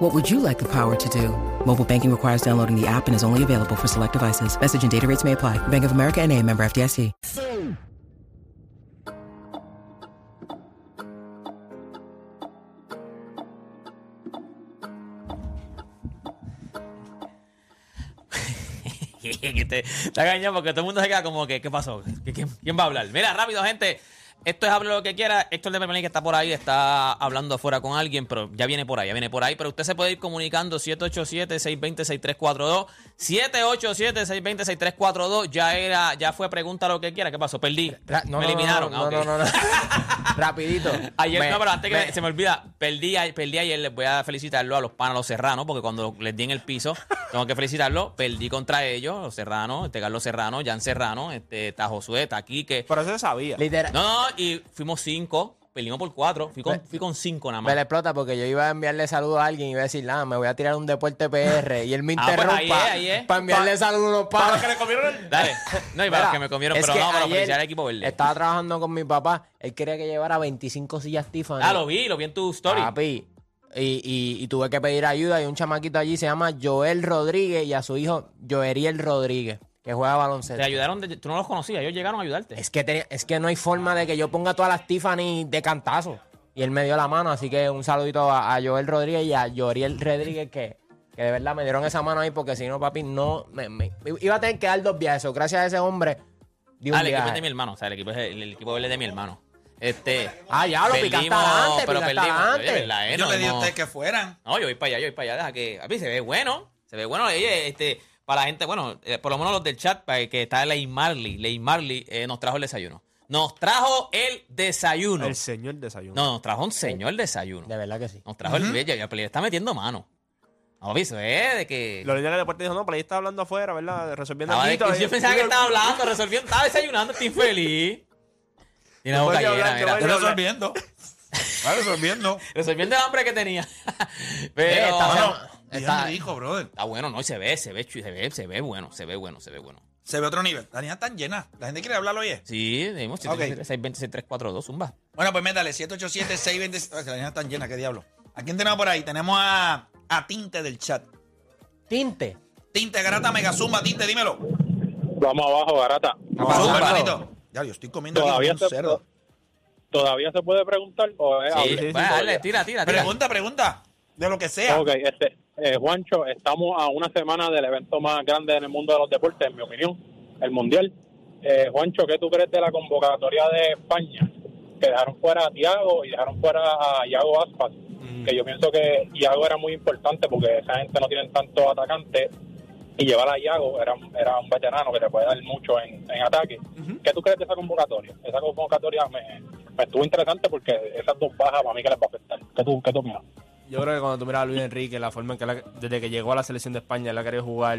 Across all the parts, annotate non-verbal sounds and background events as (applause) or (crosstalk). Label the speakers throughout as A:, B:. A: What would you like the power to do? Mobile banking requires downloading the app and is only available for select devices. Message and data rates may apply. Bank of America and a member FDIC.
B: (laughs) que te, te engañado porque todo el mundo se queda como que, ¿qué pasó? ¿Qué- ¿Quién, quién va a hablar? Mira, rápido, gente. Esto es hablo lo que quiera. Héctor de Permaní que está por ahí, está hablando afuera con alguien, pero ya viene por ahí, ya viene por ahí. Pero usted se puede ir comunicando 787-620-6342. 787-620-6342. Ya era, ya fue pregunta lo que quiera. ¿Qué pasó? Perdí.
C: Ra- no,
B: me
C: no,
B: eliminaron.
C: No,
B: Ah,
C: no,
B: ok.
C: no,
B: (laughs)
C: no, no. Rapidito.
B: Ayer,
C: Me-
B: no, pero antes que
C: me-
B: me- se me olvida, perdí, a- perdí ayer, les voy a felicitarlo a los panas, a los serranos, porque cuando les di en el
D: (laughs)
B: piso, tengo que felicitarlo, perdí contra ellos, los serranos, este Carlos Serrano, Jan Serrano, este, está Josué, está Quique.
D: Pero eso se sabía.
C: Literal.
B: No, no, y fuimos cinco, perdimos por cuatro, fui con, fui con cinco nada
C: Me
B: más.
C: la explota porque yo iba a enviarle saludos a alguien y iba a decir, nada, me voy a tirar un deporte PR. Y él me
B: (laughs) Ah, pues,
C: interrumpa
B: ahí es, ahí es.
C: para enviarle saludos para.
D: Para que le comieron el-
B: Dale, no, y para los que me comieron,
C: Es
B: pero
C: que
B: no, para
C: ayer
B: felicitar al equipo verde.
C: Estaba trabajando con mi papá. Él quería que llevara 25 sillas Tiffany.
B: Ah, lo vi, lo vi en tu story.
C: Papi. Y, y- y tuve que pedir ayuda. Y un chamaquito allí se llama Joel Rodríguez y a su hijo Joeriel Rodríguez, que juega baloncesto.
B: Te ayudaron, de- tú no los conocías, ellos llegaron a ayudarte.
C: Es que, tenía- es que no hay forma de que yo ponga todas las Tiffany de cantazo. Y él me dio la mano, así que un saludito a, a Joel Rodríguez y a Yoriel Rodríguez que, que de verdad me dieron esa mano ahí porque si no, papi, no... me- me- iba a tener que dar dos viajes. o Gracias a ese hombre, di un
B: Ah, el equipo es
C: viaje.
B: de mi hermano, o sea, el equipo, es- el, el equipo verde es de mi hermano. Este.
C: Ah, ya, lo picaste adelante,
B: pero
C: picaste
B: perdimos.
C: adelante.
B: Oye, verdad, eh,
D: Yo
B: no
D: pedí a
B: hemos-
D: ustedes que fueran.
B: No, yo voy para allá, yo voy para allá. Deja que. A mí se ve bueno. Se ve bueno. Oye, este, para la gente, bueno, eh, por lo menos los del chat, para que está Ley Marley. Ley Marley eh, nos trajo el desayuno. Nos trajo el desayuno.
D: El señor desayuno.
B: No, nos trajo un señor desayuno.
C: De verdad que sí.
B: Nos trajo el bella. Le está metiendo mano. No, eso eh, de que.
D: Los líderes de deporte dijo, no, pero ahí está hablando afuera, ¿verdad? Resolviendo
B: Estaba de-
D: alguito,
B: yo
D: ahí.
B: pensaba Ah, que estaba hablando, resolviendo, estaba desayunando, estoy feliz. Tiene la
D: Yo
B: boca
D: voy a hablar, yo
B: llena, mira.
D: voy
E: Está
B: (laughs)
E: resolviendo. Está resolviendo.
B: Resolviendo el hambre que tenía. (laughs)
C: Eh,
B: Pero.
C: esta
B: no,
C: semana-
E: Está rico, brother.
B: Está bueno, no, y se ve, se ve, chu- se ve, se ve bueno, se ve bueno, se ve bueno.
E: Se ve otro nivel. La niña está llena. La gente quiere hablar, oye.
B: Sí, dimos
E: Ok.
B: 620-6342, zumba.
E: Bueno, pues métale, 787 620 Ay, La niña está llena, qué diablo. ¿A quién tenemos por ahí? Tenemos a, a Tinte del chat.
C: Tinte.
E: Tinte, garata, mega zumba, Tinte, dímelo.
F: Vamos abajo, barata.
E: Zumba,
C: Zumba.
E: hermanito. Ya, yo estoy comiendo aquí
F: Todavía
E: como un
F: se-
E: cerdo.
F: ¿Todavía se puede preguntar? O es
B: Sí,
F: ahora?
D: sí,
B: va,
D: sí,
B: dale,
D: todavía.
B: tira, tira, tira.
E: Pregunta, pregunta. De lo que (laughs) sea.
F: Ok, este, eh, Juancho, estamos a una semana del evento más grande en el mundo de los deportes, en mi opinión, el Mundial. Eh, Juancho, ¿qué tú crees de la convocatoria de España? Que dejaron fuera a Tiago y dejaron fuera a Iago Aspas. Que yo pienso que Iago era muy importante porque esa gente no tiene tantos atacantes. Y llevar a Iago era, era un veterano que te puede dar mucho en, en ataque. ¿Qué tú crees de esa convocatoria? Esa convocatoria me, me estuvo interesante porque esas dos bajas para mí que les va a afectar. ¿Qué tú, qué tú opinas?
D: Yo creo que cuando tú miras a Luis Enrique, la forma en que él ha- desde que llegó a la selección de España, él ha querido jugar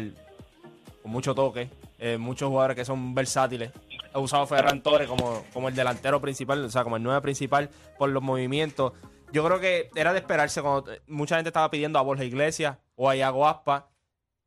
D: con mucho toque, eh, muchos jugadores que son versátiles. Ha usado a Ferran Torres como, como el delantero principal, o sea, como el 9 principal por los movimientos. Yo creo que era de esperarse cuando eh, mucha gente estaba pidiendo a Borja Iglesias o a Iago Aspa.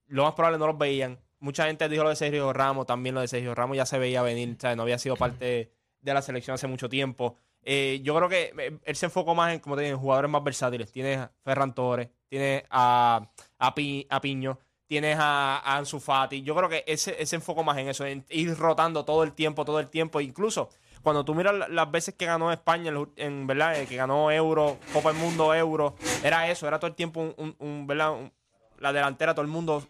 D: Lo más probable no los veían. Mucha gente dijo lo de Sergio Ramos, también lo de Sergio Ramos ya se veía venir, o sea, no había sido parte de la selección hace mucho tiempo. Eh, yo creo que eh, él se enfocó más en, como te dije, en jugadores más versátiles. Tienes a Ferran Torres, tienes a, a, Pi- a Piño, tienes a, a Ansu Fati. Yo creo que ese, ese enfocó más en eso, en ir rotando todo el tiempo, todo el tiempo. Incluso cuando tú miras la- las veces que ganó España, en los- en, ¿verdad? Eh, que ganó Euro, Copa del Mundo Euro, era eso, era todo el tiempo un, un- un, ¿verdad? Un- la delantera, todo el mundo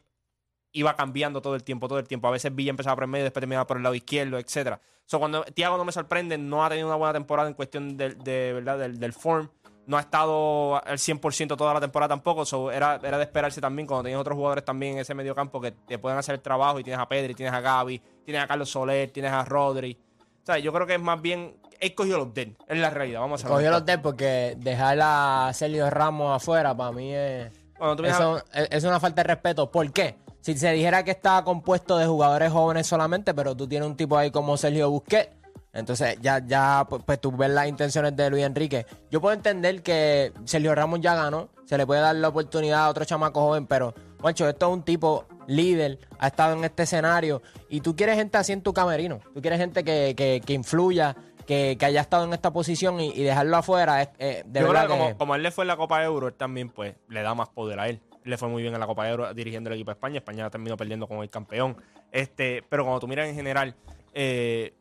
D: iba cambiando todo el tiempo, todo el tiempo. A veces Villa empezaba por el medio, después terminaba por el lado izquierdo, etcétera. So, cuando Tiago no me sorprende, no ha tenido una buena temporada en cuestión del- de, verdad del, del form. No ha estado al 100% toda la temporada tampoco. So, era, era de esperarse también cuando tenías otros jugadores también en ese medio campo que te pueden hacer el trabajo. Y tienes a Pedri, tienes a Gaby, tienes a Carlos Soler, tienes a Rodri. O sea, yo creo que es más bien. Él cogió los dead, es la realidad. Vamos a
C: Cogió
D: ver.
C: los dedos porque dejar a Sergio Ramos afuera para mí es...
D: Cuando tú vienes a-
C: Eso, es es una falta de respeto. ¿Por qué? Si se dijera que está compuesto de jugadores jóvenes solamente, pero tú tienes un tipo ahí como Sergio Busquets, entonces ya, ya pues, pues, tú ves las intenciones de Luis Enrique. Yo puedo entender que Sergio Ramos ya ganó, se le puede dar la oportunidad a otro chamaco joven, pero, Juancho, esto es un tipo líder, ha estado en este escenario y tú quieres gente así en tu camerino, tú quieres gente que, que, que influya, que, que haya estado en esta posición y, y dejarlo afuera, es- eh, de
D: Yo creo
C: verdad
D: que como,
C: que-
D: como él le fue en la Copa Euro, él también pues le da más poder a él. Le fue muy bien en la Copa Euro dirigiendo el equipo de España. España terminó perdiendo como el campeón. Este, pero cuando tú miras en general, eh,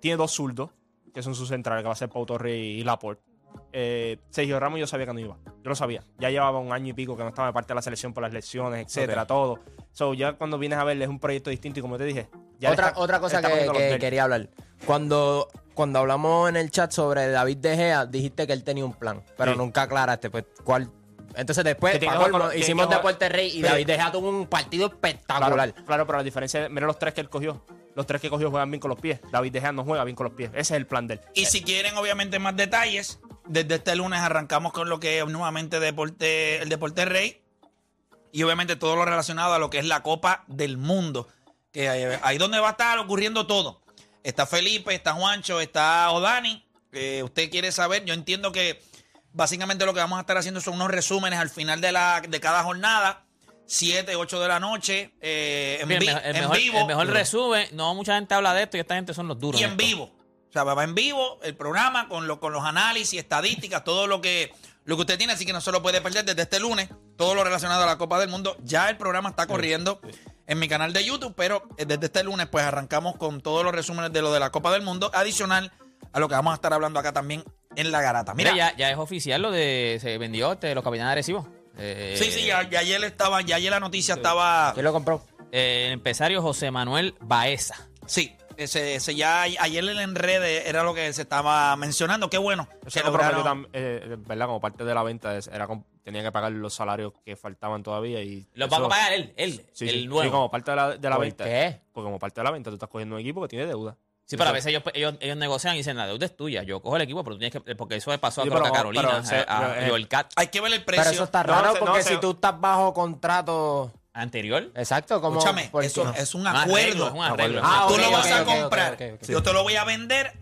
D: tiene dos zurdos, que son sus centrales, que va a ser Pau Torre y Laporte. Eh, Sergio Ramos yo sabía que no iba. Yo lo sabía. Ya llevaba un año y pico que no estaba de parte de la selección por las lesiones, etcétera,
E: Ok.
D: todo. So, ya cuando vienes a verle es un proyecto distinto y como te dije, ya le
C: otra,
D: está-
C: otra
D: le
C: cosa
D: está
C: que,
D: poniendo los
C: que
D: nervios.
C: quería hablar. Cuando, cuando hablamos en el chat sobre David De Gea, dijiste que él tenía un plan, pero
D: Sí.
C: nunca aclaraste pues cuál. Entonces
D: Que
C: después
D: tiene
C: pa'
D: que
C: colmo,
D: jugar con-
C: hicimos
D: tiene que jugar-
C: Deporte Rey y
D: Pero-
C: David De Gea tuvo un partido
B: Ah,
D: Claro,
C: espectacular.
D: claro, pero la diferencia, mira los tres que él cogió. Los tres que cogió juegan bien con los pies. David De Gea no juega bien con los pies. Ese es el plan de él.
E: Y si quieren, obviamente, más detalles, desde este lunes arrancamos con lo que es nuevamente deporte, el Deporte Rey. Y obviamente todo lo relacionado a lo que es la Copa del Mundo. Que ahí- ahí donde va a estar ocurriendo todo. Está Felipe, está Juancho, está Odani. Eh, usted quiere saber, yo entiendo que básicamente lo que vamos a estar haciendo son unos resúmenes al final de, la, de cada jornada. 7, 8 de la noche, eh, en,
B: Mira,
E: vi-
B: el, mejor, el
E: en
B: mejor-
E: vivo.
B: el mejor resumen, no mucha gente habla de esto y esta gente son los duros.
E: Y
B: en
E: en
B: esto.
E: vivo. O sea, va en vivo el programa con, lo- con los análisis, estadísticas, todo lo que, lo que usted tiene. Así que no se lo puede perder desde este lunes. Todo lo relacionado a la Copa del Mundo. Ya el programa está corriendo en mi canal de YouTube. Pero eh, desde este lunes, pues arrancamos con todos los resúmenes de lo de la Copa del Mundo. Adicional a lo que vamos a estar hablando acá también en la garata. Mira.
B: Mira, ya, ya es oficial lo de. Se vendió este, los capitanes agresivos. Eh,
E: sí, sí, ya, ya ayer estaba, ya ayer la noticia estaba.
C: ¿Quién lo compró?
B: eh, el empresario José Manuel Baeza.
E: Sí, ese, ese ya ayer en el red era lo que se estaba mencionando. Qué bueno.
D: Eso
E: que
D: lo prometió
E: lograron-
D: tam- eh, ¿verdad? Como parte de la venta, es- era como- tenía que pagar los salarios que faltaban todavía. y
B: Los
D: eso-
B: va a pagar él, él,
D: Sí,
B: el
D: sí. Y
B: nuevo.
D: como parte de la, de la
C: ¿Por
D: venta.
C: qué?
D: Porque como parte de la venta, tú estás cogiendo un equipo que tiene deuda.
B: Sí, pero a
D: Eso-
B: veces ellos, ellos, ellos negocian y dicen, la deuda es tuya, yo cojo el equipo, pero tú tienes que... Porque eso le pasó a,
D: Sí,
B: creo que
D: pero-
B: a Carolina,
D: pero, o sea,
B: a, a
D: pero, eh,
B: Joel Cat
E: Hay que ver el precio.
C: Pero eso está
D: No,
C: raro
D: se- no,
C: porque
D: se-
C: si tú estás bajo contrato.
B: anterior.
C: Exacto, como.
E: Escúchame,
C: ¿por
E: eso
C: qué?
E: Ah, es un
B: Un arreglo,
E: acuerdo.
B: es un arreglo.
C: Ah,
E: Tú
C: ok,
E: lo vas a
C: ok, ok,
E: comprar.
C: ok, ok.
E: Yo te lo voy a vender.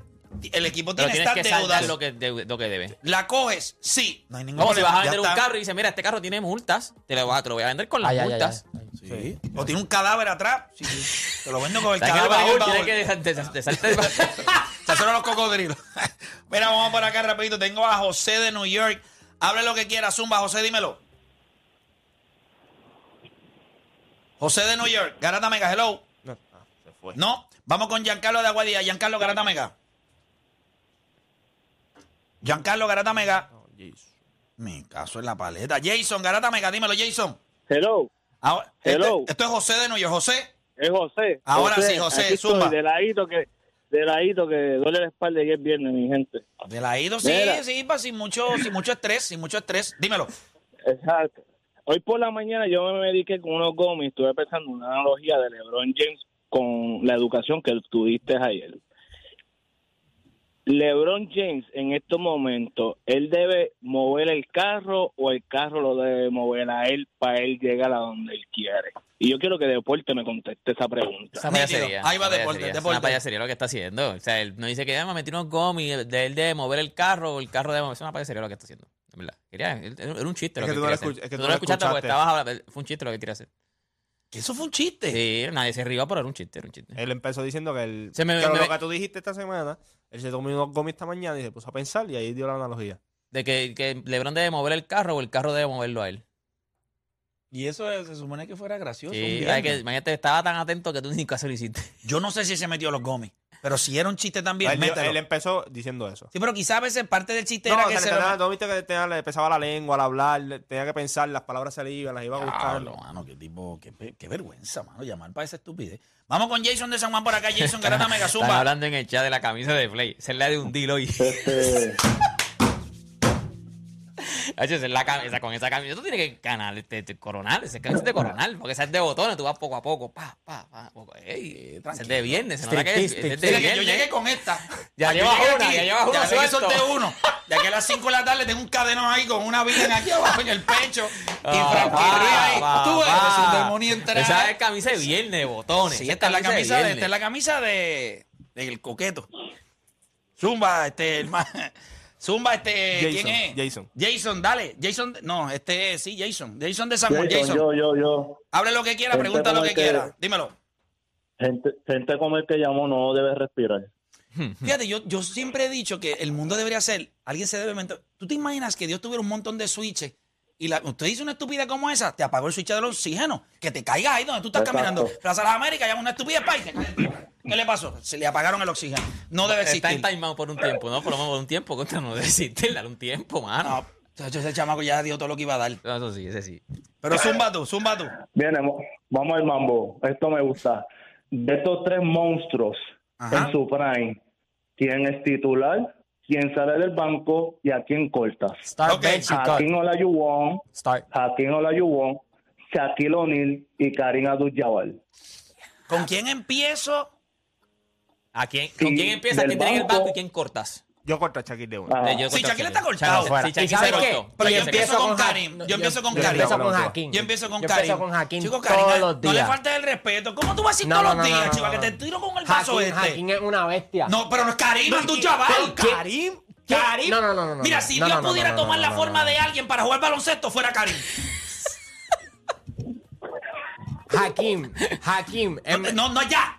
E: El equipo
B: Pero
E: tiene
B: tienes
E: estas
B: que
E: deudas.
B: saldar lo que, de- lo que debes.
E: ¿La coges? Sí. No hay ningún
B: Como si
E: problema.
B: vas a
E: Ya
B: vender un
E: está.
B: carro y dices, mira, este carro tiene multas, te lo, vas, a- te lo voy a vender con las
C: Ay, ay, ay,
B: multas.
C: ay.
E: Sí. O tiene un cadáver atrás. Sí, sí. Te lo vendo con el
B: Está en el
E: cadáver. en el
B: baúl,
E: baúl.
B: tienes que (laughs) dejar- de- de- de- salte del baúl.
E: Se hacen los cocodrilos. (laughs) Mira, vamos por acá rapidito. Tengo a José de New York. Hable lo que quiera, Zumba. José, dímelo. José de New York. Garata Mega, hello.
D: No, ah, se fue.
E: No, vamos con Giancarlo de Aguadilla. Giancarlo Garata Mega. Giancarlo Garata Mega.
D: Jesus.
E: Mi caso en la paleta. Jason Garata Mega, dímelo, Jason.
F: Hello,
E: Ahora- este-
F: Hello.
E: esto es José de New York. José,
F: es José.
E: Ahora sí, José,
F: aquí estoy,
E: zumba.
F: de ladito que, de ladito que duele la espalda y es viernes, mi gente.
E: de la ido, sí,
F: Mira.
E: sí, pa, sin mucho, sin mucho estrés, sin mucho estrés. Dímelo.
F: Exacto. Hoy por la mañana yo me dediqué con unos gomis, estuve pensando en una analogía de LeBron James con la educación que tuviste ayer. LeBron James en estos momentos, él debe mover el carro o el carro lo debe mover a él para él llegar a donde él quiere. Y yo quiero que Deporte me conteste esa pregunta.
B: Esa
E: Nítido.
B: payasería,
E: Ahí va
B: esa
E: deporte,
B: payasería, es
E: deporte.
B: Una payasería lo que está haciendo. O sea, él no dice que "Ah, me metí unos gomis, de él de mover el carro, el carro de mover. Es una payasería lo que está haciendo. En verdad. Quería, era un chiste
D: Es
B: lo
D: que
B: que,
D: tú no
B: quería
D: lo escuch-
B: hacer.
D: es que
B: tú no lo escuchaste porque estabas hablando. Fue un chiste lo que quería hacer.
E: Que eso fue un chiste.
B: Sí, nadie se rió, pero era un chiste, era un chiste.
D: Él empezó diciendo que, el,
B: Se me-
D: que
B: me-
D: lo que tú dijiste esta semana, él se tomó unos gomis esta mañana y se puso a pensar y ahí dio la analogía.
B: De que, que LeBron debe mover el carro o el carro debe moverlo a él.
E: Y eso es- se supone que fuera gracioso. un
B: Sí,
E: viernes.
B: hay que, imagínate, estaba tan atento que tú ni caso lo hiciste.
E: Yo no sé si se metió los gomis, pero si era un chiste también,
D: él, dio-
E: mételo.
D: él empezó diciendo eso.
E: Sí, pero quizás a veces parte del chiste
D: No,
E: era
D: se
E: que
D: le
E: se lo...
D: tenía- no viste que tenía- le pesaba la lengua al hablar, le- tenía que pensar, las palabras se le iban, las iba a buscar.
E: Diablo, mano, qué tipo, qué, pe- qué vergüenza, mano, llamar para esa estupidez. Vamos con Jason de San Juan
B: (laughs)
E: por acá, Jason Garata Mega
B: Están
E: Zumba.
B: hablando en el chat de la camisa de Play. Se la de un deal hoy.
F: Este,
B: (laughs) Hacho, esa es la cam- esa- con esa camisa tú tienes que ganar, este, este, coronar, esa camisa es de coronar, porque esa es de botones, tú vas poco a poco, pa, pa, pa, poco. Ey, esa es de viernes, se nota que es,
C: Striptease,
B: es de
E: Mira que yo
B: viernes. ¿eh?
E: llegué con esta.
B: (laughs) Ya
E: Yo
B: llevas
E: llegué
B: una, ya llevas una
E: Ya sé que
B: suelto.
E: solté uno. Ya que a las 5 de la tarde tengo un cadenón ahí con una virgen aquí abajo en el pecho. y
B: Ah,
E: franquiría ahí.
B: va,
E: Tú
B: va.
E: eres un demonio entrado.
B: Esa es camisa de viernes, de botones.
E: Sí,
B: esa
E: esta es la camisa de,
B: viernes.
E: esta es la camisa de del coqueto. Zumba, este el ma- (laughs) Zumba, este
D: Jason,
E: ¿quién es?
D: Jason.
E: Jason, dale. Jason, no, este sí, Jason. Jason de San Juan.
G: Jason,
E: Jason,
G: Yo, yo, yo.
E: hable lo que quiera,
G: Gente
E: pregunta lo
G: como
E: que
G: el que-
E: quiera. Dímelo.
G: Gente, gente como el que llamó no debe respirar.
E: Fíjate, yo, yo siempre he dicho que el mundo debería ser, alguien se debe mentir. ¿Tú te imaginas que Dios tuviera un montón de switches y la, usted hizo una estupidez como esa, te apagó el switch del oxígeno, que te caigas ahí donde tú estás
G: Exacto.
E: caminando. Plaza de las Américas, llama una estupidez, pa, y te cae el tipo. ¿Qué le pasó? Se le apagaron el oxígeno. No debe existir.
B: Está en timeout por un tiempo, ¿no? Por lo menos por un tiempo, contra no (laughs) debe existir, dale un tiempo, mano.
E: No, chacho, ese chamaco ya dio todo lo que iba a dar.
B: Eso sí, ese sí.
E: Pero zumba tú, zumba tú.
G: Viene, mo- vamos al mambo. Esto me gusta. De estos tres monstruos
E: Ajá.
G: en su prime, ¿quién es titular? ¿Quién sale del banco? ¿Y a quién cortas?
C: Start
E: Ok.
C: bench and cut.
G: Joaquín Olajuwon,
C: Start.
G: Joaquín Olajuwon, Shaquille O'Neal y Karim Abdul-Jabbar.
E: ¿Con quién empiezo?
B: ¿A quién, ¿Con
G: Sí,
B: quién empiezas?
G: del
B: ¿Quién tiene en el
G: banco.
B: banco y quién cortas?
D: Yo corto a Shaquille de una.
G: Ajá.
B: Eh, yo
E: Sí,
B: corto a
E: Shaquille
B: Shaquille.
E: está cortado.
B: Shaquille-
C: Fuera.
B: sí, Shaquille
C: ¿Y sabes
B: se
C: qué?
B: cortó.
E: Ah. Pero yo
B: Shaquille se
E: empiezo
B: cortó.
E: con
C: Ja-
E: Karim. Yo empiezo con
C: yo
E: Karim.
C: empiezo con Hakim.
E: Yo empiezo con
C: Yo
E: Karim.
C: empiezo con Hakim
E: Chico, Karim,
C: todos los
E: No le
C: días.
E: falta el respeto. ¿Cómo tú vas a decir
C: No,
E: todos
C: no,
E: los
C: no,
E: días,
C: no,
E: chico?
C: no,
E: Que
C: no.
E: te tiro con el vaso
C: Hakim,
E: este.
C: Hakim es una bestia.
E: No, pero no es Karim, es tu
C: pero
E: chaval.
C: ¿quién?
E: Karim.
C: ¿Quién?
E: Karim.
C: No, no, no, no, no,
E: Mira,
C: no,
E: si
C: no,
E: Dios
C: no, no,
E: pudiera
C: no, no,
E: tomar
C: no,
E: la
C: no,
E: forma
C: no.
E: de alguien para jugar baloncesto, fuera Karim.
C: Hakim, Hakim. em-
E: No, no, ya.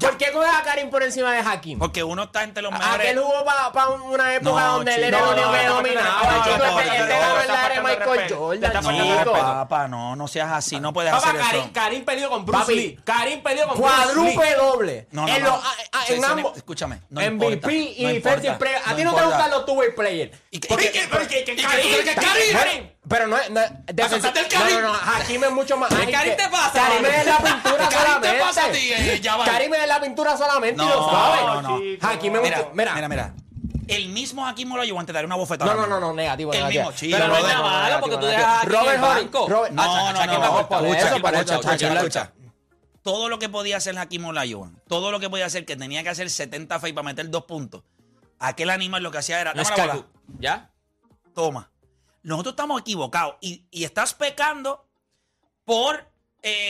C: ¿Por qué coges a Karim por encima de Hakim?
E: Porque uno está entre los
C: Aquel
E: mejores.
C: jugó para una época
E: No,
C: donde él era
E: chico,
C: el único
E: no,
C: que
E: no,
C: dominaba.
E: no,
C: chico,
E: no,
C: este-
E: no,
C: este era
E: no,
C: el verdadero
D: no,
C: Michael
D: no,
C: Jordan,
D: no,
E: No,
C: chico.
E: papá, no, no seas así. No puedes
C: Papá,
E: hacer eso.
C: Karim, Karim peleó con Bruce
H: Papi,
C: Lee.
H: Karim peleó con Bruce
C: Cuadruple
H: Lee.
C: doble.
E: No, no,
C: en
E: no.
C: los- a- a-
E: Sí,
C: en
E: eso no-
C: ambos.
E: escúchame, no
C: MVP
E: importa, no
C: y
E: importa,
C: first team player. A ti
E: no
C: no, te
E: importa.
C: gustan los two-way players.
E: ¿Y qué-
C: Porque-
E: y qué- pero qué- qué-
C: y que-
E: Karim,
C: y que-
E: pero qué Karim?
C: Bueno, Pero no es. no es-
E: Aceptate el
C: No,
E: Karim.
C: no, no. Hakim es mucho más.
B: ¿Qué Karim te pasa,
C: Karim
B: mano?
C: es la pintura
E: ¿Qué Karim te
C: solamente.
E: pasa a ti, eh, ya va?
C: Karim es la pintura solamente. y
E: No,
C: lo sabes.
E: no, no.
C: Hakim es
E: Mira,
C: mucho-
E: mira, mira, mira. El mismo aquí me lo llevó antes de dar una bofetada.
C: No, no, no, no, negativo,
E: El
C: negativo.
E: mismo chico,
B: Pero no es
E: brother.
B: nada malo porque tú dejas a Hakim en el
C: Robert Horry.
B: banco.
C: Robert-
E: No,
B: Ah,
E: no,
B: Shaquille
E: no,
B: la
E: no,
B: corta,
E: por
B: Shaquille
E: eso,
B: la
E: por
B: corta,
E: eso,
B: Shaquille la
E: por
B: corta.
E: eso. Todo lo que podía hacer Hakim Olajuwon, todo lo que podía hacer, que tenía que hacer 70 fake para meter dos puntos. Aquel animal lo que hacía era,
B: No es
E: dame la bola,
B: Kaku. ¿Ya?
E: toma. Nosotros estamos equivocados y, y estás pecando por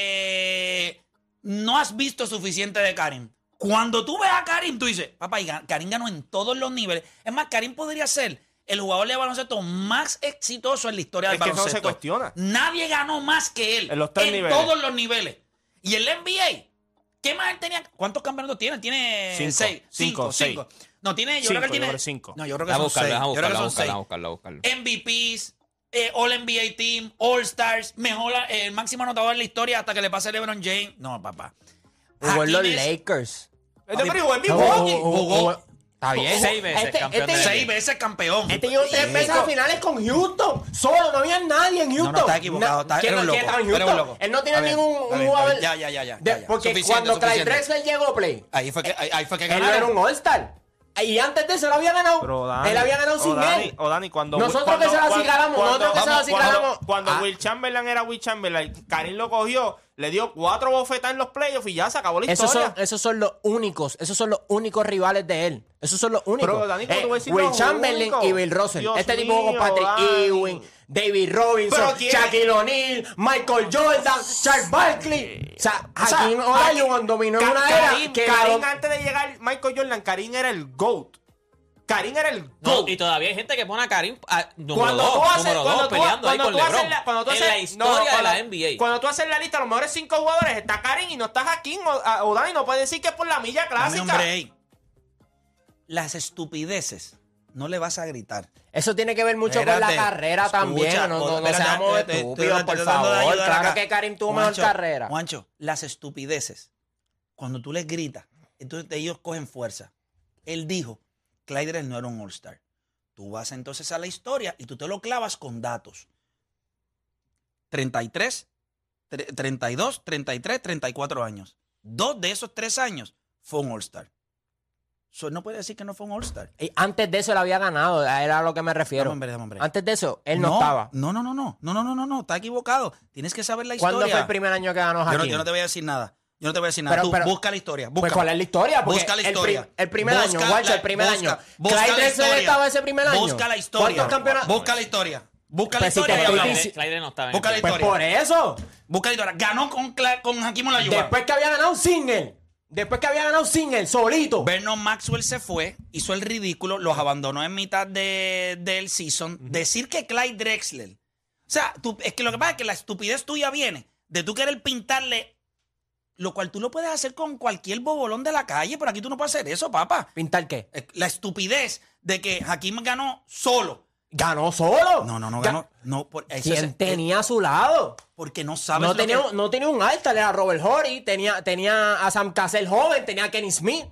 E: eh, no has visto suficiente de Karim. Cuando tú ves a Karim, tú dices, papá, y Ga- Karim ganó en todos los niveles. Es más, Karim podría ser el jugador de baloncesto más exitoso en la historia
D: Es
E: del
D: que eso no
E: baloncesto.
D: se cuestiona.
E: Nadie ganó más que él.
D: En los tres niveles.
E: todos los niveles. Y el NBA, ¿qué más él tenía? ¿Cuántos campeonatos tiene? Tiene
D: Cinco,
E: seis.
D: cinco, seis.
E: No, tiene, yo creo que él
D: Cinco, yo
E: tiene.
D: creo que cinco.
E: No, yo creo que
B: Deja
E: son
B: buscarlo,
E: seis.
B: deja
E: Yo creo que
B: buscarlo,
E: son
B: deja
E: seis.
B: buscarlo, deja buscarlo.
E: MVPs, eh, All NBA Team, All Stars, mejor, eh, el máximo anotador en la historia hasta que le pase LeBron James. No, papá.
C: Jugó en los
E: Hakim es
C: Lakers.
D: Este pero jugó en
C: Jugó-
D: Milwaukee.
C: jugó- jugó-
E: jugó-
C: Está bien.
B: seis veces
C: Este-
B: campeón
C: este-
B: de la
E: Seis veces campeón.
C: Este llegó tres veces a finales con Houston. Solo, no había nadie en Houston.
E: está equivocado,
C: Na-
E: está-
C: ¿Quién-
E: era un
C: quién
E: loco,
C: estaba en
E: era un
C: Houston?
E: loco.
C: Él no
E: Está
C: tiene
E: bien,
C: ningún
E: está
C: un
E: bien,
C: jugador.
E: está bien. Ya, ya, ya, ya,
C: De-
E: ya, ya.
C: Porque
E: Suficiente,
C: cuando Clyde
E: suficiente.
C: Drexler llegó a play,
E: Ahí fue que, ahí, ahí fue que
C: él no
E: ganaron.
C: era un All-Star. Y antes de eso lo había ganado.
D: Pero Dani,
C: él había ganado
D: o
C: sin
D: Dani,
C: él.
D: O Dani, cuando.
C: Nosotros
D: cuando-
C: que se la
D: cuando-
C: acicalamos,
D: cuando-
C: nosotros que se la
D: vamos, cuando-
C: acicalamos.
D: Cuando
C: Ah.
D: Will Chamberlain era Will Chamberlain, Karim lo cogió, le dio cuatro bofetas en los playoffs y ya se acabó la
C: Esos son,
D: historia.
C: esos son los únicos, esos son los únicos rivales de él. Esos son los únicos. Eh,
D: Pero, Dani, ¿cómo tú vas a decir
C: Will
D: los
C: Chamberlain
D: únicos?
C: y Bill Russell.
D: Dios
C: este tipo jugó con
D: mío,
C: Patrick
D: Dani.
C: Ewing, David Robinson,
D: Pero ¿quién?
C: Shaquille O'Neal, Michael Jordan, Charles Barkley. O sea, Hakim
D: O sea,
C: Olajuwon dominó en
D: Ka-
C: una era
D: Karim,
C: que
D: Karim,
C: no-
D: antes de llegar Michael Jordan, Karim era el GOAT. Karim era el
B: No,
D: GOAT.
B: y todavía hay gente que pone a Karim a, número
D: cuando
B: dos,
D: tú haces,
B: número dos,
D: cuando tú,
B: peleando ahí
D: cuando
B: con
D: tú haces
B: LeBron.
D: la, cuando tú
B: en
D: haces-
B: la
D: no, no,
B: historia de
D: cuando-
B: la NBA.
D: Cuando tú haces la lista, los mejores cinco jugadores está Karim y no está Hakim o, o Dani. No puede decir que es por la milla
E: Dame
D: clásica.
E: un break. Las estupideces no le vas a gritar.
C: Eso tiene que ver mucho con
E: Espérate,
C: la carrera
E: escucha,
C: también. No, no, no
E: espérate, eh,
C: seamos
E: te- te- te-
C: estúpidos,
E: te-
C: por
E: te- dando de
C: favor.
E: ayuda
C: Claro
E: acá.
C: que Karim tuvo mejor
E: Juancho,
C: carrera.
E: Juancho, las estupideces, cuando tú les gritas, entonces ellos cogen fuerza. Él dijo, Clyde Drexler no era un All-Star. Tú vas entonces a la historia y tú te lo clavas con datos. 33, tre- 32, 33, 34 años. Dos de esos tres años fue un All-Star. So, no puede decir que no fue un All-Star.
C: Y antes de eso él había ganado, era a lo que me refiero.
E: Dame un break, dame un break.
C: Antes de eso, él no, estaba.
E: No, no, no, no, no, no, no, no, no, está equivocado. Tienes que saber la historia.
C: ¿Cuándo fue el primer año que ganó
E: yo no,
C: Hakim?
E: yo no te voy a decir nada. Yo no te voy a decir nada.
C: Pero-
E: Tú
C: pero-
E: busca la historia. Busca.
C: Pues, ¿cuál es la historia? Porque
E: busca la
C: el pri-
E: historia.
C: el primer año, guacho, el primer año. Clyde
E: la
C: Drexler
E: historia.
C: estaba ese primer año.
E: Busca la historia.
C: ¿Cuántos campeonatos?
E: Busca la historia. Busca la
C: Pues si
E: historia.
C: te
E: y
C: estoy
E: hablamos.
C: dici-
B: Clyde no estaba en
E: Busca la
B: el
C: Pues
E: historia.
C: por eso.
E: Busca la historia. Ganó con, Cla- con Hakim Olajuwon.
C: Después que había ganado sin él. Después que había ganado sin él, solito.
E: Vernon Maxwell se fue, hizo el ridículo, los abandonó en mitad de- del season. Decir que Clyde Drexler. O sea, tú- es que lo que pasa es que la estupidez tuya viene de tú querer pintarle, lo cual tú lo puedes hacer con cualquier bobolón de la calle, pero aquí tú no puedes hacer eso, papá.
C: ¿Pintar qué?
E: Eh, La estupidez de que Hakim ganó solo.
C: Ganó solo.
E: No, no, no
C: Ga-
E: ganó. No, por- eso
C: ¿Quién
E: es- eh,
C: tenía a su lado?
E: Porque no sabes.
C: No
E: lo que-
C: tenía, no tenía un alta, era Robert Horry, tenía, tenía a Sam Cassell joven, tenía a Kenny Smith.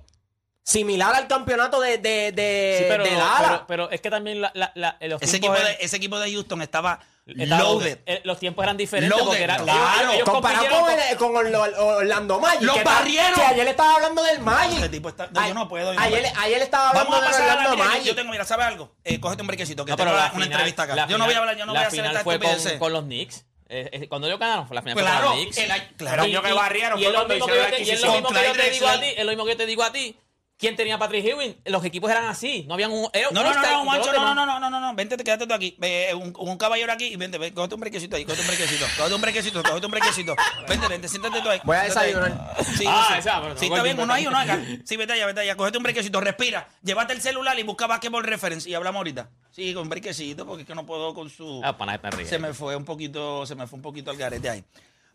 C: Similar al campeonato de, de, de,
B: Sí, pero,
C: de
B: no,
C: Lara.
B: pero, pero es que también la, la, la- los
E: ese, equipo
B: tiempos
E: de,
B: eran-
E: ese equipo de Houston estaba,
B: estaban-
E: loaded.
B: eh, los tiempos eran diferentes.
E: Loaded,
B: porque era,
E: claro.
B: ellos, ellos
C: Comparado
B: compitieron
C: con,
B: con-
C: el- con el- el- Orlando Magic.
E: ¡Los
C: que ta-
E: barrieron!
C: Que ayer le estaba hablando del Magic.
E: Este tipo está- no, yo no puedo, yo no
C: ayer,
E: puedo.
C: ayer estaba hablando
E: Vamos a
C: del
E: pasar a la
C: Orlando
E: mira,
C: Magic.
E: Yo tengo, mira, ¿sabe algo? Eh, cógete un brequecito, que
B: No,
E: tengo
B: pero
E: la-
B: la
E: una
B: final-
E: entrevista acá.
B: la
E: Yo no voy a
B: final-
E: hablar, yo no
B: la
E: voy a hacer
B: final
E: esta
B: fue
E: estupidez.
B: con, con los Knicks. Eh, eh, cuando ellos ganaron, fue la final fue
E: Claro,
B: con los Knicks.
E: el año- claro.
D: El año que barrieron
B: y
D: fue
B: es lo
D: cuando
B: mismo que
D: hicieron
B: yo te- y
D: la
B: es
E: adquisición.
B: lo mismo que yo
E: Con
B: te
E: Clyde
B: digo a ti.
E: Drexler.
B: Es lo mismo que yo te digo a ti. ¿Quién tenía a Patrick Ewing? Los equipos eran así. No habían un. era un
E: No, no, no, no,
B: All-Star y todos los
E: Juancho, no,
B: demás.
E: no, no, no, no, no, vente, te- quédate tú aquí. Ve, eh, un, un caballero aquí y vente, ve, cógete un brequecito ahí, cógete un brequecito, cógete un brequecito, cógete un brequecito. Vente, vente, siéntate tú ahí.
C: Voy a
E: siéntate ahí.
C: desayunar.
E: Sí,
B: Ah,
E: sí.
B: esa, pero
E: Sí,
B: no,
E: está bien,
B: coño,
E: uno ahí, uno acá.
B: pero-
E: Sí, vete allá, vete allá, cógete un brequecito, respira, llévate el celular y busca Basketball Reference y hablamos ahorita. Sí, con un brequecito, porque es que no puedo con su...
B: Ah, para nada, me ríe.
E: Se me fue un poquito, se me fue un poquito al garete ahí.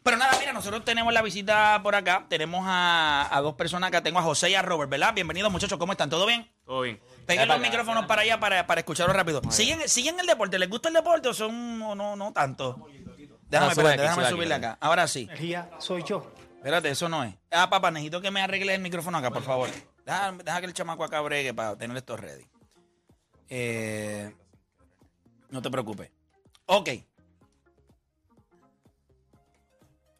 E: Pero nada, mira, nosotros tenemos la visita por acá. Tenemos a, a dos personas acá. Tengo a José y a Robert, ¿verdad? Bienvenidos, muchachos. ¿Cómo están? ¿Todo bien?
D: Todo bien.
E: Peguen
B: para
E: los
B: acá.
E: micrófonos para allá para, para escucharlo rápido. ¿Siguen, ¿Siguen el deporte? ¿Les gusta el deporte o son no, no, no tanto? Déjame,
B: No, sube
E: espérate,
B: aquí,
E: déjame
B: sube aquí,
E: subirle
B: sube.
E: acá. Ahora sí.
H: energía soy yo.
E: Espérate, eso no es. Ah, papá, necesito que me arregle el micrófono acá, por favor. Deja, deja que el chamaco acá bregue para tener esto ready. Eh, no te preocupes. Ok.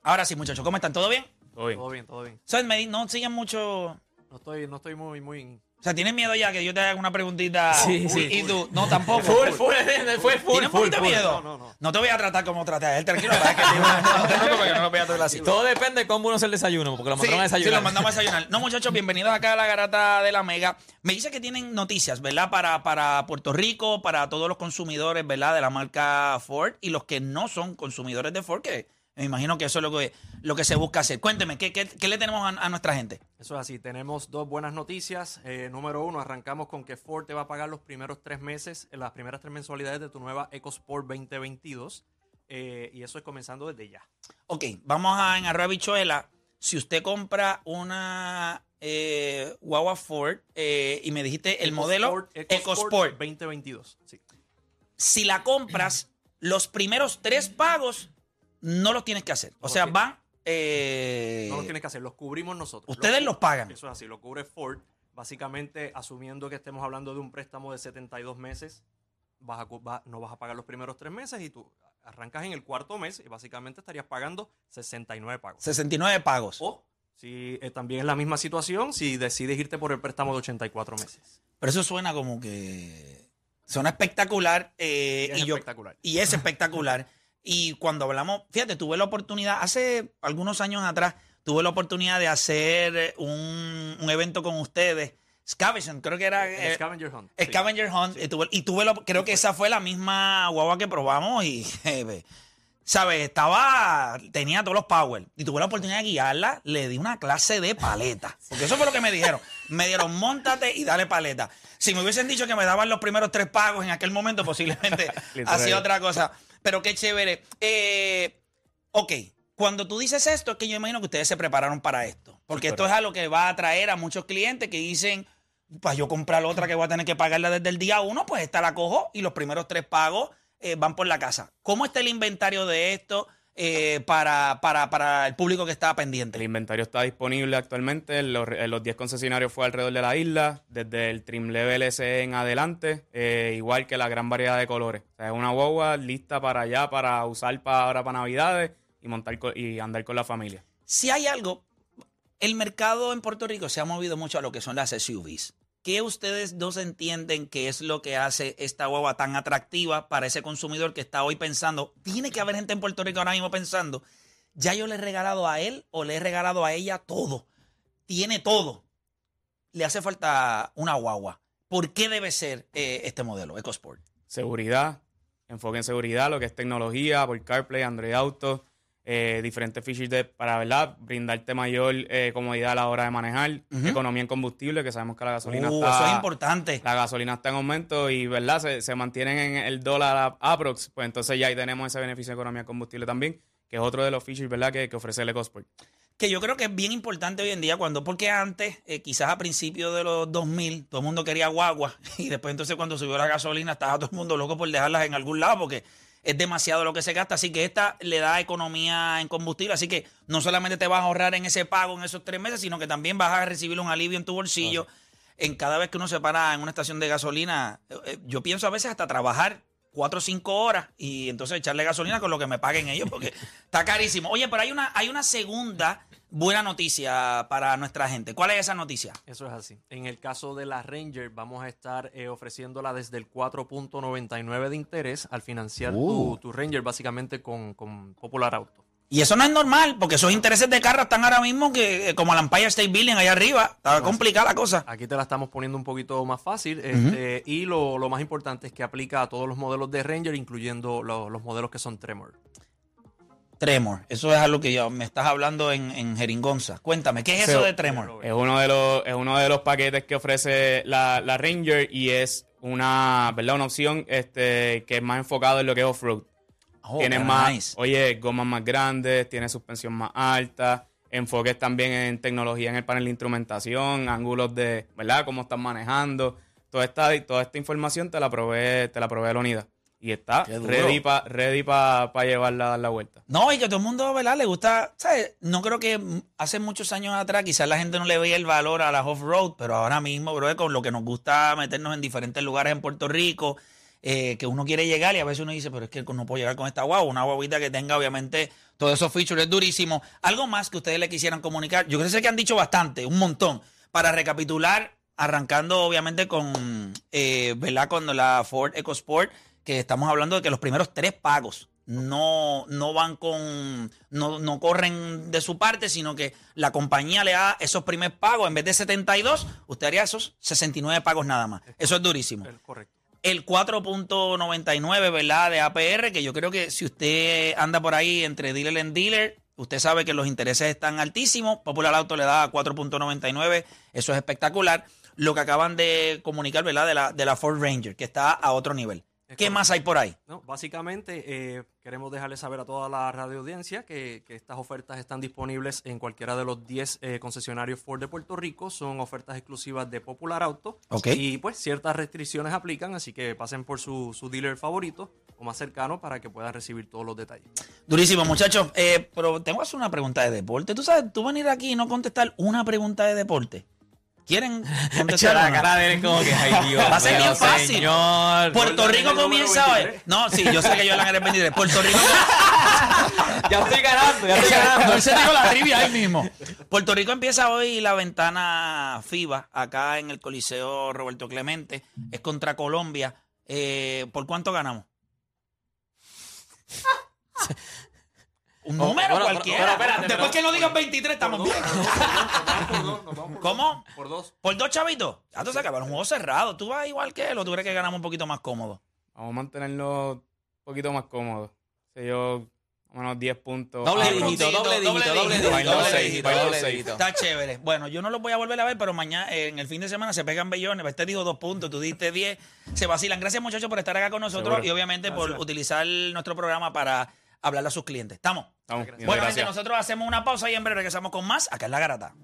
E: Ahora sí, muchachos, ¿cómo están? ¿Todo bien?
D: Todo bien.
H: Todo bien, todo bien.
E: ¿Sabes? Me di- no siguen mucho.
H: No estoy, no estoy muy, muy.
E: O sea, ¿tienes miedo ya que yo te haga una preguntita?
B: Sí,
E: Uy,
B: sí.
E: Y tú, no, tampoco.
B: Full, full, fue full,
E: ¿Tienes un
B: full,
E: poquito de
B: full.
E: miedo?
H: No, no, no.
E: te voy a tratar como traté a él, tranquilo. para (laughs) que te- no te preocupes, que no lo voy a tratar así.
B: Todo depende de cómo uno hace el desayuno, porque lo mandaron
E: Sí,
B: a
E: sí,
B: desayunar.
E: los mandamos
B: (laughs)
E: a desayunar. No, muchachos, bienvenidos acá a la garata de la Mega. Me dice que tienen noticias, ¿verdad? Para, para Puerto Rico, para todos los consumidores, ¿verdad? De la marca Ford y los que no son consumidores de Ford, que me imagino que eso es lo que, lo que se busca hacer. Cuénteme, ¿qué, qué- qué le tenemos a, a nuestra gente?
H: Eso es así. Tenemos dos buenas noticias. Eh, número uno, arrancamos con que Ford te va a pagar los primeros tres meses, eh, las primeras tres mensualidades de tu nueva EcoSport 2022. Eh, y eso es comenzando desde ya.
E: Ok, vamos a en arroba bichuela. Si usted compra una eh, guagua Ford eh, y me dijiste el modelo
H: EcoSport, EcoSport 2022. Sí.
E: si la compras, los primeros tres pagos no los tienes que hacer. O
H: No
E: sea,
H: los
E: van. eh,
H: No lo tienes que hacer, los cubrimos nosotros.
E: Ustedes los pagan.
H: Eso es así, lo cubre Ford. Básicamente, asumiendo que estemos hablando de un préstamo de 72 meses, vas a cu- va- no vas a pagar los primeros tres meses y tú arrancas en el cuarto mes y básicamente estarías pagando 69 pagos.
E: 69 pagos.
H: o si eh, también es la misma situación, si decides irte por el préstamo de 84 meses.
E: Pero eso suena como que. Suena espectacular. eh,
H: Y es
E: y yo-
H: espectacular.
E: y es espectacular. y cuando hablamos, fíjate, tuve la oportunidad, hace algunos años atrás, tuve la oportunidad de hacer eh, un, un evento con ustedes. Scavenging, creo que era.
H: El
E: eh,
H: scavenger hunt. sí.
E: Scavenger Hunt. Y tuve, y tuve la- creo que esa fue la misma guagua que probamos y, (laughs) jefe, ¿sabes? Estaba, tenía todos los power. Y tuve la oportunidad de guiarla, le di una clase de paleta. Porque eso fue lo que me dijeron. Me dieron, montate y dale paleta. Si me hubiesen dicho que me daban los primeros tres pagos en aquel
H: (laughs)
E: momento, posiblemente hacía otra cosa. Pero qué chévere. Eh, ok, cuando tú dices esto, es que yo imagino que ustedes se prepararon para esto. Porque esto es algo que va a atraer a muchos clientes que dicen, para yo comprar otra que voy a tener que pagarla desde el día uno, pues esta la cojo y los primeros tres pagos eh, van por la casa. ¿Cómo está el inventario de esto eh, para, para, para el público que está
I: El
E: pendiente?
I: inventario está disponible actualmente. en Los, en los 10 concesionarios fue alrededor de la isla, desde el trim level SE en adelante, eh, igual que la gran variedad de colores. O sea, es una guagua lista para allá, para usar para ahora para navidades y montar co- y andar con la familia.
E: Si hay algo, el mercado en Puerto Rico se ha movido mucho a lo que son las SUVs. ¿Qué ustedes dos entienden que es lo que hace esta guagua tan atractiva para ese consumidor que está hoy pensando? Tiene que haber gente en Puerto Rico ahora mismo pensando, ya yo le he regalado a él o le he regalado a ella todo. Tiene todo. Le hace falta una guagua. ¿Por qué debe ser eh, este modelo, EcoSport?
I: seguridad, enfoque en seguridad, lo que es tecnología, por CarPlay, Android Auto, eh, diferentes features de- para ¿verdad? brindarte mayor eh, comodidad a la hora de manejar,
E: Ujú.
I: economía en combustible, que sabemos que la gasolina
E: Uh,
I: está,
E: eso es importante.
I: la gasolina está en aumento y verdad se, se mantienen en el dólar a- aprox, pues entonces ya ahí tenemos ese beneficio de economía en combustible también, que es otro de los features ¿verdad? Que, que ofrece el EcoSport.
E: Que yo creo que es bien importante hoy en día cuando, porque antes, eh, quizás a principios de los 2000, todo el mundo quería guagua (laughs) y después entonces cuando subió la gasolina estaba todo el mundo loco por dejarlas en algún lado porque es demasiado lo que se gasta. Así que esta le da economía en combustible. Así que no solamente te vas a ahorrar en ese pago en esos tres meses, sino que también vas a recibir un alivio en tu bolsillo. En cada vez que uno se para en una estación de gasolina, eh, eh, yo pienso a veces hasta trabajar cuatro o cinco horas y entonces echarle gasolina con lo que me paguen ellos porque está carísimo. Oye, pero hay una, hay una segunda buena noticia para nuestra gente. ¿Cuál es esa noticia?
H: Eso es así. En el caso de la Ranger, vamos a estar eh, ofreciéndola desde el 4.99 de interés al financiar tu, tu Ranger, básicamente con, con Popular Auto.
E: Y eso no es normal, porque esos intereses de carro están ahora mismo que eh, como el Empire State Building allá arriba. Está complicada la cosa.
H: Aquí te la estamos poniendo un poquito más fácil. este, Y lo, lo más importante es que aplica a todos los modelos de Ranger, incluyendo lo- los modelos que son Tremor.
E: Tremor. Eso es algo que ya me estás hablando en, en jeringonza. Cuéntame, ¿qué es eso
I: Se-
E: de Tremor?
I: (laughs) Es uno de los, es uno de los paquetes que ofrece la, la Ranger y es una, Ah, ¿verdad? una opción este, que es más enfocado en lo que es off-road.
E: Oh,
I: Tienes
E: pero
I: más,
E: nice.
I: oye, gomas más grandes, tiene suspensión más alta, enfoques también en tecnología en el panel de instrumentación, ángulos de, ¿verdad? Cómo estás manejando. Toda esta, toda esta información te la provee, te la provee la unidad. Y está
E: Qué duro.
I: ready para ready pa, pa llevarla a dar la vuelta.
E: No, y que todo el mundo, ¿verdad? Le gusta, ¿sabes? No creo que mm, hace muchos años atrás quizás la gente no le veía el valor a las off-road, pero ahora mismo, bro, con lo que nos gusta meternos en diferentes lugares en Puerto Rico, eh, que uno quiere llegar y a veces uno dice, pero es que no puedo llegar con esta guagua, una guaguita que tenga obviamente todos esos features, es durísimo. Algo más que ustedes le quisieran comunicar, yo sé que han dicho bastante, un montón, para recapitular, arrancando obviamente con, eh, ¿verdad? Con la Ford EcoSport, que estamos hablando de que los primeros tres pagos no, no van con, no, no corren de su parte, sino que la compañía le da esos primeros pagos, en vez de 72, usted haría esos 69 pagos nada más. Eso es durísimo
H: El- correcto.
E: el 4.99, ¿verdad? De APR, que yo creo que si usted anda por ahí entre dealer en dealer, usted sabe que los intereses están altísimos. Popular Auto le da 4.99, eso es espectacular. Lo que acaban de comunicar, ¿verdad? De la, de la Ford Ranger, que está a otro nivel.
H: Es
E: ¿Qué
H: correcto.
E: más hay por ahí?
H: No, básicamente eh, queremos dejarles saber a toda la radio audiencia que, que estas ofertas están disponibles en cualquiera de los 10 eh, concesionarios Ford de Puerto Rico. Son ofertas exclusivas de Popular Auto.
E: Ok.
H: Y pues ciertas restricciones aplican, así que pasen por su, su dealer favorito o más cercano para que puedan recibir todos los detalles.
E: Durísimo, muchachos. Eh, pero tengo que hacer una pregunta de deporte. Tú sabes, tú venir aquí y no contestar una pregunta de deporte.
H: (laughs)
E: ¿Quieren
B: Echa
E: contestar
B: la
E: una?
B: cara de él como que, ay, Dios
E: Va a ser
B: mío,
E: bien fácil.
B: Señor.
E: Puerto
H: Jordan es
E: Rico
H: el número
E: comienza hoy.
H: 23.
E: No, sí, yo sé que yo la el 23. Puerto Rico
B: Ya estoy ganando, ya estoy ganando.
E: Entonces digo la trivia ahí mismo. Puerto Rico empieza hoy la ventana FIBA, acá en el Coliseo Roberto Clemente. Es contra Colombia. Eh, ¿Por cuánto (laughs) ganamos? Un
B: Oh,
E: número
B: bueno,
E: cualquiera.
B: pero- pero espérate,
E: Después
B: pero-
E: que no digan 23, estamos bien. ¿Cómo?
H: Por dos.
E: ¿Por dos chavitos? Ya tú se acabaron un juego cerrado. ¿Tú vas igual que él o tú crees que ganamos un poquito más cómodo?
I: Vamos a mantenerlo un poquito más cómodo. O sea, yo, unos 10 puntos.
B: Doble
I: Ah,
B: dígito, doble dígito, doble dígito, doble dígito, doble dígito.
E: Está chévere. Bueno, yo no los voy a volver a ver, pero mañana, eh, en el fin de semana, se pegan bellones. Este dijo dos puntos, tú diste diez. Se vacilan. Gracias, muchachos, por estar acá con nosotros
I: Seguro.
E: y obviamente por utilizar nuestro programa para hablarle a sus clientes. ¿Estamos?
I: Estamos bien,
E: bueno,
I: gracias.
E: gente, nosotros hacemos una pausa y en breve regresamos con más. Acá en La Garata.